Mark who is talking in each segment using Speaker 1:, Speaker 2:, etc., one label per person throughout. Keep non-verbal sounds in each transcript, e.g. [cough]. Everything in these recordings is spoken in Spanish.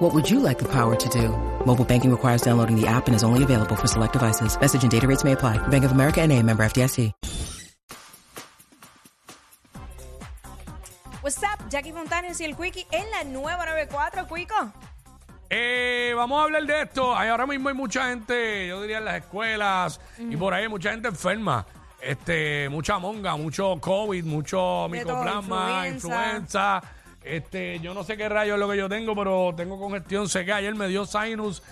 Speaker 1: What would you like the power to do? Mobile banking requires downloading the app and is only available for select devices. Message and data rates may apply. Bank of America and a member FDIC.
Speaker 2: What's up, Jackie Fontanes y el Quickie en la nueva 94, Quico.
Speaker 3: Eh, vamos a hablar de esto. Hay- ahora mismo hay mucha gente, yo diría en las escuelas y por ahí mucha gente enferma. Este, mucha monga, mucho COVID, mucho
Speaker 2: De todo,
Speaker 3: micoplasma,
Speaker 2: influenza.
Speaker 3: influenza. Este, yo no sé qué rayos es lo que yo tengo, pero tengo congestión seca. Ayer me dio sinus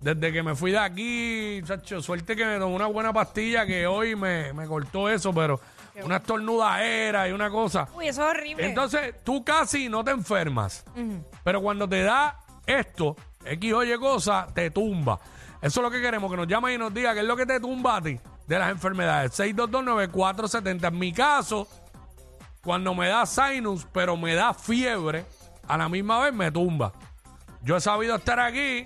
Speaker 3: desde que me fui de aquí. chacho, suerte que me tomé una buena pastilla que hoy me, me cortó eso, pero una estornudadera y una cosa.
Speaker 2: Uy, eso es horrible.
Speaker 3: Entonces, tú casi no te enfermas. Pero cuando te da esto, X oye cosa, te tumba. Eso es lo que queremos, que nos llamen y nos diga qué es lo que te tumba a ti de las enfermedades. 6229470. En mi caso, cuando me da sinus, pero me da fiebre, a la misma vez me tumba. Yo he sabido estar aquí,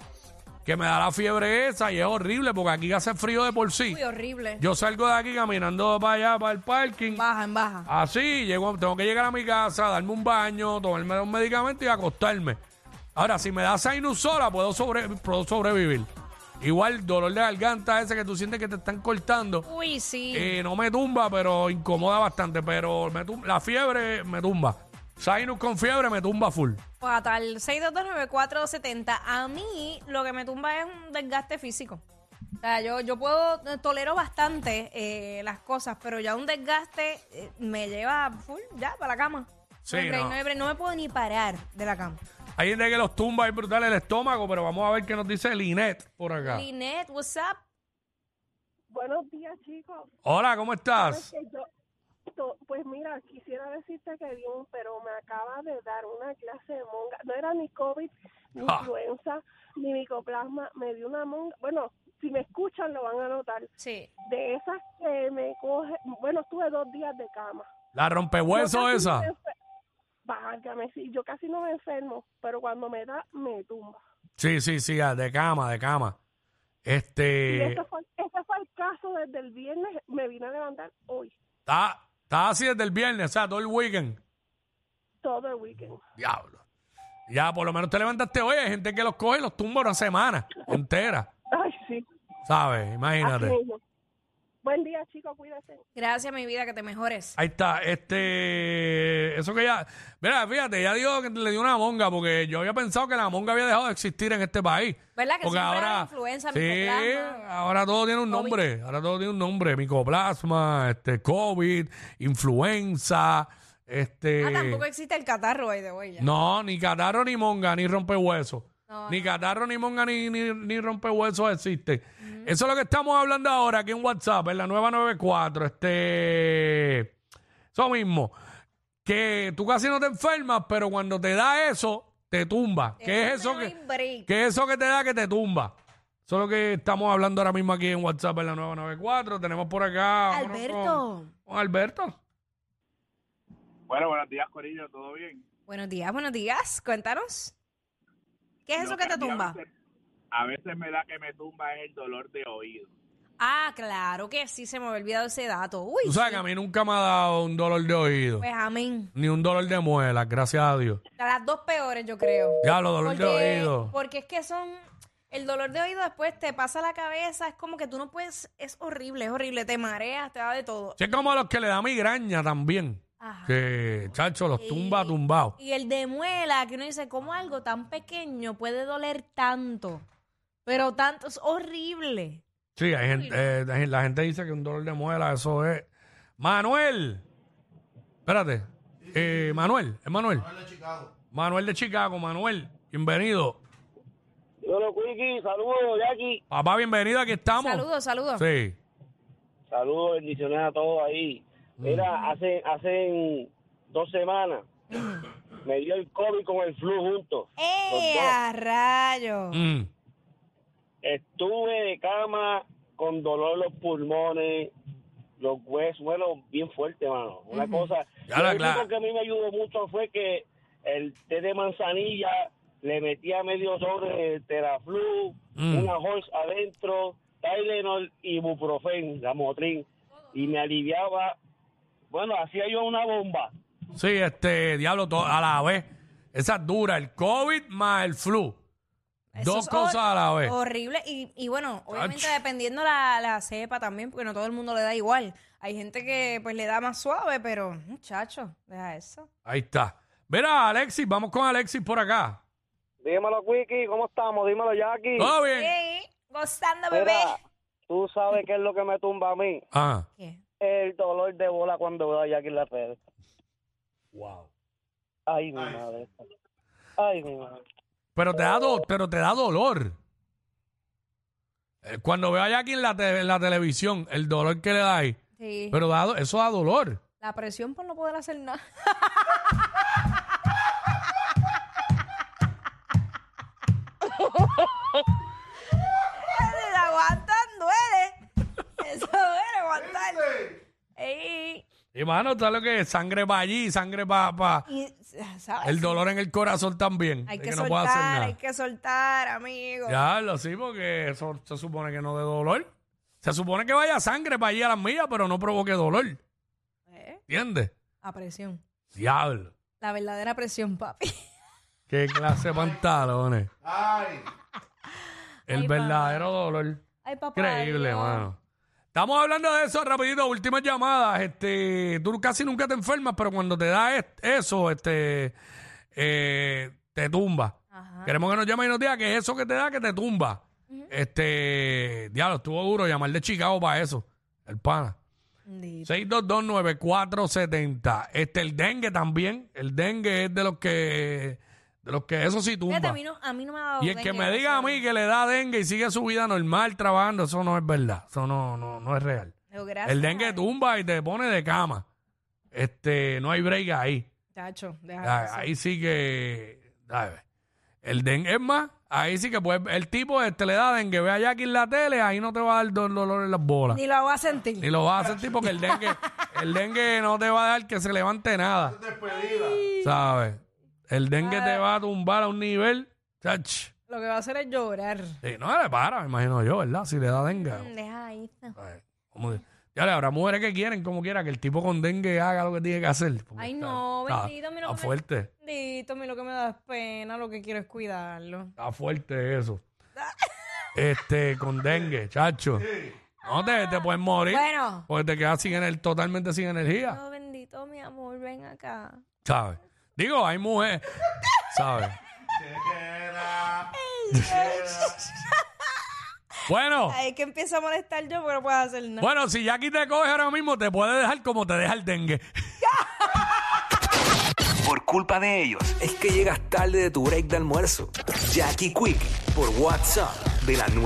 Speaker 3: que me da la fiebre esa y es horrible porque aquí hace frío de por sí.
Speaker 2: Uy, horrible.
Speaker 3: Yo salgo de aquí caminando para allá, para el parking.
Speaker 2: Baja, en baja.
Speaker 3: Así, llego, tengo que llegar a mi casa, darme un baño, tomarme un medicamento y acostarme. Ahora, si me da sinus sola, puedo, sobre- puedo sobrevivir. Igual, dolor de garganta ese que tú sientes que te están cortando,
Speaker 2: Uy, sí.
Speaker 3: eh, no me tumba, pero incomoda bastante. Pero me tum- la fiebre me tumba. Sinus con fiebre me tumba full.
Speaker 2: Fatal. 6229470. A mí lo que me tumba es un desgaste físico. O sea, yo, yo puedo, eh, tolero bastante eh, las cosas, pero ya un desgaste eh, me lleva full ya para la cama.
Speaker 3: Sí,
Speaker 2: no, hay break,
Speaker 3: no.
Speaker 2: no hay break. No me puedo ni parar de la cama.
Speaker 3: Hay gente que los tumba y brutal el estómago, pero vamos a ver qué nos dice Linet por acá.
Speaker 2: Linet, what's up?
Speaker 4: Buenos días, chicos.
Speaker 3: Hola, ¿cómo estás?
Speaker 4: Que yo- to- pues mira, quisiera decirte que bien, pero me acaba de dar una clase de monga. No era ni COVID, ni
Speaker 3: Ah.
Speaker 4: influenza, ni micoplasma. Me dio una monga. Bueno, si me escuchan lo van a notar.
Speaker 2: Sí.
Speaker 4: De esas que me coge... Bueno, estuve dos días de cama.
Speaker 3: La
Speaker 4: Yo
Speaker 3: rompehueso
Speaker 4: casi
Speaker 3: esa.
Speaker 4: no me enfer- Válgame, sí, yo casi no me enfermo, pero cuando me da, me tumba.
Speaker 3: Sí, sí, sí, ah, de cama, de cama.
Speaker 4: Y
Speaker 3: Este.
Speaker 4: ese fue, ese fue el caso desde el viernes. Me vine a levantar hoy,
Speaker 3: Está, está así desde el viernes, o sea, todo el weekend.
Speaker 4: todo el weekend.
Speaker 3: Diablo. Ya, por lo menos te levantaste hoy. Hay gente que los coge y los tumba una semana entera.
Speaker 4: Ay, sí.
Speaker 3: ¿Sabes?
Speaker 4: Así
Speaker 3: Imagínate.
Speaker 4: mismo. Buen día, chicos, cuídense.
Speaker 2: Gracias, mi vida, que te mejores.
Speaker 3: Ahí está, este. Eso que ya. Mira, fíjate, ya digo que le dio una monga, porque yo había pensado que la monga había dejado de existir en este país.
Speaker 2: ¿Verdad Ah, que
Speaker 3: porque
Speaker 2: siempre
Speaker 3: ahora.
Speaker 2: era influenza,
Speaker 3: sí,
Speaker 2: micoplasma?
Speaker 3: ahora todo tiene un nombre. Ahora todo tiene un nombre. Micoplasma, este, COVID, influenza, este.
Speaker 2: Ah, tampoco existe el catarro hoy de hoy ya.
Speaker 3: No, ni catarro ni monga, ni rompehuesos.
Speaker 2: No,
Speaker 3: ni catarro, ni monga, ni, ni, ni rompehuesos existen.
Speaker 2: Mm-hmm.
Speaker 3: Eso es lo que estamos hablando ahora aquí en WhatsApp, en la nueva 94. Este. Eso mismo. Que tú casi no te enfermas, pero cuando te da eso, te tumba.
Speaker 2: Eh,
Speaker 3: ¿Qué es eso
Speaker 2: No
Speaker 3: que,
Speaker 2: hay break.
Speaker 3: ¿Qué es eso que te da que te tumba? Eso es lo que estamos hablando ahora mismo aquí en WhatsApp, en la nueva 94. Tenemos por acá. vámonos
Speaker 2: Alberto.
Speaker 3: con- con Alberto.
Speaker 5: Bueno, buenos días, Corillo, ¿todo bien?
Speaker 2: Buenos días, buenos días. Cuéntanos. ¿Qué es eso
Speaker 5: Lo
Speaker 2: que te
Speaker 5: a mí
Speaker 2: tumba?
Speaker 5: A veces, a veces me da que me tumba es el dolor de oído.
Speaker 2: Ah, claro que sí, se me había olvidado ese dato. Uy,
Speaker 3: Tú sabes que a mí nunca me ha dado un dolor de oído.
Speaker 2: pues amén.
Speaker 3: Ni un dolor de muela, gracias a Dios.
Speaker 2: De Las dos peores, yo creo.
Speaker 3: Ya lo dolor de oído.
Speaker 2: porque es que son... El dolor de oído después te pasa la cabeza, es como que tú no puedes... Es horrible, es horrible. Te mareas, te da de todo.
Speaker 3: Sí, es como los que le da migraña también.
Speaker 2: Ajá.
Speaker 3: Que, chacho, los tumba tumbado.
Speaker 2: Y el de muela, que uno dice, ¿cómo algo tan pequeño puede doler tanto? Pero tanto, es horrible.
Speaker 3: Sí, hay gente, eh, hay- la gente dice que un dolor de muela, eso es. Manuel. Espérate. Eh, Manuel, es Manuel. Manuel de Chicago. Manuel de Chicago, Manuel. Bienvenido.
Speaker 6: Hola, Quiki, saludos, Jackie.
Speaker 3: Papá, bienvenido, aquí estamos.
Speaker 2: Saludos, saludos.
Speaker 3: Sí.
Speaker 6: Saludos, bendiciones a todos ahí. Mira, hace, hace dos semanas me dio el COVID con el flu juntos.
Speaker 2: ¡Eh, a rayo!
Speaker 3: Mm.
Speaker 6: Estuve de cama con dolor en los pulmones, los huesos, bueno, bien fuerte, mano. Una cosa.
Speaker 3: Ya la
Speaker 6: lo único
Speaker 3: cla-
Speaker 6: que a mí me ayudó mucho fue que el té de manzanilla le metía medio sobre de teraflu,
Speaker 3: Mm.
Speaker 6: una horse adentro, Tylenol y buprofen, la motrin, y me aliviaba. Bueno, hacía yo una bomba.
Speaker 3: Sí, este, diablo, to- a la vez. Esa es dura, el COVID más el flu.
Speaker 2: Eso
Speaker 3: Dos
Speaker 2: es
Speaker 3: cosas a la vez.
Speaker 2: Horrible. Y, y bueno, obviamente
Speaker 3: Ach.
Speaker 2: dependiendo la, la cepa también, porque no todo el mundo le da igual. Hay gente que pues le da más suave, pero muchacho, deja eso.
Speaker 3: Ahí está. Mira, Alexis, vamos con Alexis por acá.
Speaker 6: Dímelo, Wiki, ¿cómo estamos? Dímelo, Jackie.
Speaker 3: ¿Todo bien?
Speaker 2: Ey, gozando, bebé.
Speaker 6: tú sabes qué es lo que me tumba a mí.
Speaker 3: Ah.
Speaker 2: ¿Qué?
Speaker 6: El dolor de bola cuando veo a Jackie en la red.
Speaker 3: Wow.
Speaker 6: Ay, mi madre. Ay, mi madre.
Speaker 3: Pero te da, do- pero te da dolor. Eh, Cuando veo a Jackie en la, te- en la televisión, el dolor que le da ahí.
Speaker 2: Sí.
Speaker 3: Pero da do- eso da dolor.
Speaker 2: La presión por no poder hacer [laughs] nada. El aguantar duele. ¿eh? Eso duele aguantar. Ey,
Speaker 3: Y mano, ¿sabes lo que es? Sangre para allí, sangre para...
Speaker 2: y, ¿sabes?
Speaker 3: El dolor en el corazón también.
Speaker 2: hay
Speaker 3: de
Speaker 2: que,
Speaker 3: no puedo
Speaker 2: soltar,
Speaker 3: hacer nada.
Speaker 2: hay que soltar, amigo.
Speaker 3: Ya, lo sí, porque eso se supone que no dé dolor. Se supone que vaya sangre para allí a las mías, pero no provoque dolor.
Speaker 2: ¿Eh?
Speaker 3: ¿Entiendes?
Speaker 2: La presión.
Speaker 3: Diablo.
Speaker 2: La verdadera presión, papi.
Speaker 3: Qué clase de pantalones. El
Speaker 2: Ay,
Speaker 3: verdadero dolor.
Speaker 2: Ay, papá.
Speaker 3: Increíble,
Speaker 2: Dios.
Speaker 3: mano. Estamos hablando de eso rapidito, últimas llamadas. Este, tú casi nunca te enfermas, pero cuando te da est- eso, este, eh, te tumba.
Speaker 2: Ajá.
Speaker 3: Queremos que nos llamen y nos diga que es eso que te da que te tumba. Este, diablo, estuvo duro llamar de Chicago para eso. El pana.
Speaker 2: Bendito.
Speaker 3: 6229470. Este, el dengue también. El dengue es de los que, de los que eso sí
Speaker 2: Fíjate,
Speaker 3: tumba.
Speaker 2: a mí, no, a mí no me ha dado
Speaker 3: Y el que
Speaker 2: dengue,
Speaker 3: me
Speaker 2: no
Speaker 3: diga
Speaker 2: sé.
Speaker 3: a mí que le da dengue y sigue su vida normal trabajando, eso no es verdad. Eso no, no, no es real.
Speaker 2: Digo, gracias.
Speaker 3: El dengue tumba y te pone de cama. Este, no hay break ahí.
Speaker 2: Chacho, deja
Speaker 3: Ah,
Speaker 2: eso.
Speaker 3: Ahí sí que. ¿sabes? El dengue es más. Ahí sí que puede, el tipo este, le da dengue. Ve a Jackie en la tele, ahí no te va a dar do- dolor en las bolas.
Speaker 2: Ni lo va a sentir.
Speaker 3: Ni lo vas a sentir porque el [laughs] dengue, el dengue no te va a dar que se levante nada. ¿Sabes? El dengue te va a tumbar a un nivel. chach.
Speaker 2: Lo que va a hacer es llorar.
Speaker 3: Sí, Eh, no le para, me imagino yo, ¿verdad? Si le da dengue.
Speaker 2: Deja ahí. no.
Speaker 3: ¿sabes? Como de- ya le habrá mujeres que quieren, como quiera, que el tipo con dengue haga lo que tiene que hacer. porque
Speaker 2: Ay,
Speaker 3: está-
Speaker 2: no,
Speaker 3: está-
Speaker 2: bendito, mira
Speaker 3: Está
Speaker 2: cómo-
Speaker 3: fuerte.
Speaker 2: Dito, mi lo que me da es pena, lo que quiero es cuidarlo.
Speaker 3: Está
Speaker 2: [laughs]
Speaker 3: fuerte eso. este, con dengue, chacho. No te, te puedes morir.
Speaker 2: Bueno.
Speaker 3: Porque te quedas sin ener- totalmente sin energía.
Speaker 2: No, bendito, mi amor, ven acá.
Speaker 3: ¿Sabes? Digo, hay mujeres.
Speaker 2: [laughs]
Speaker 3: ¿Sabes? Bueno,
Speaker 2: Ay, es que empieza a molestar yo porque no puedo hacer nada.
Speaker 3: bueno, si Jackie te coge ahora mismo, te puede dejar como te deja el dengue.
Speaker 7: Por culpa de ellos es que llegas tarde de tu break de almuerzo. Jackie Quick por WhatsApp de la 9.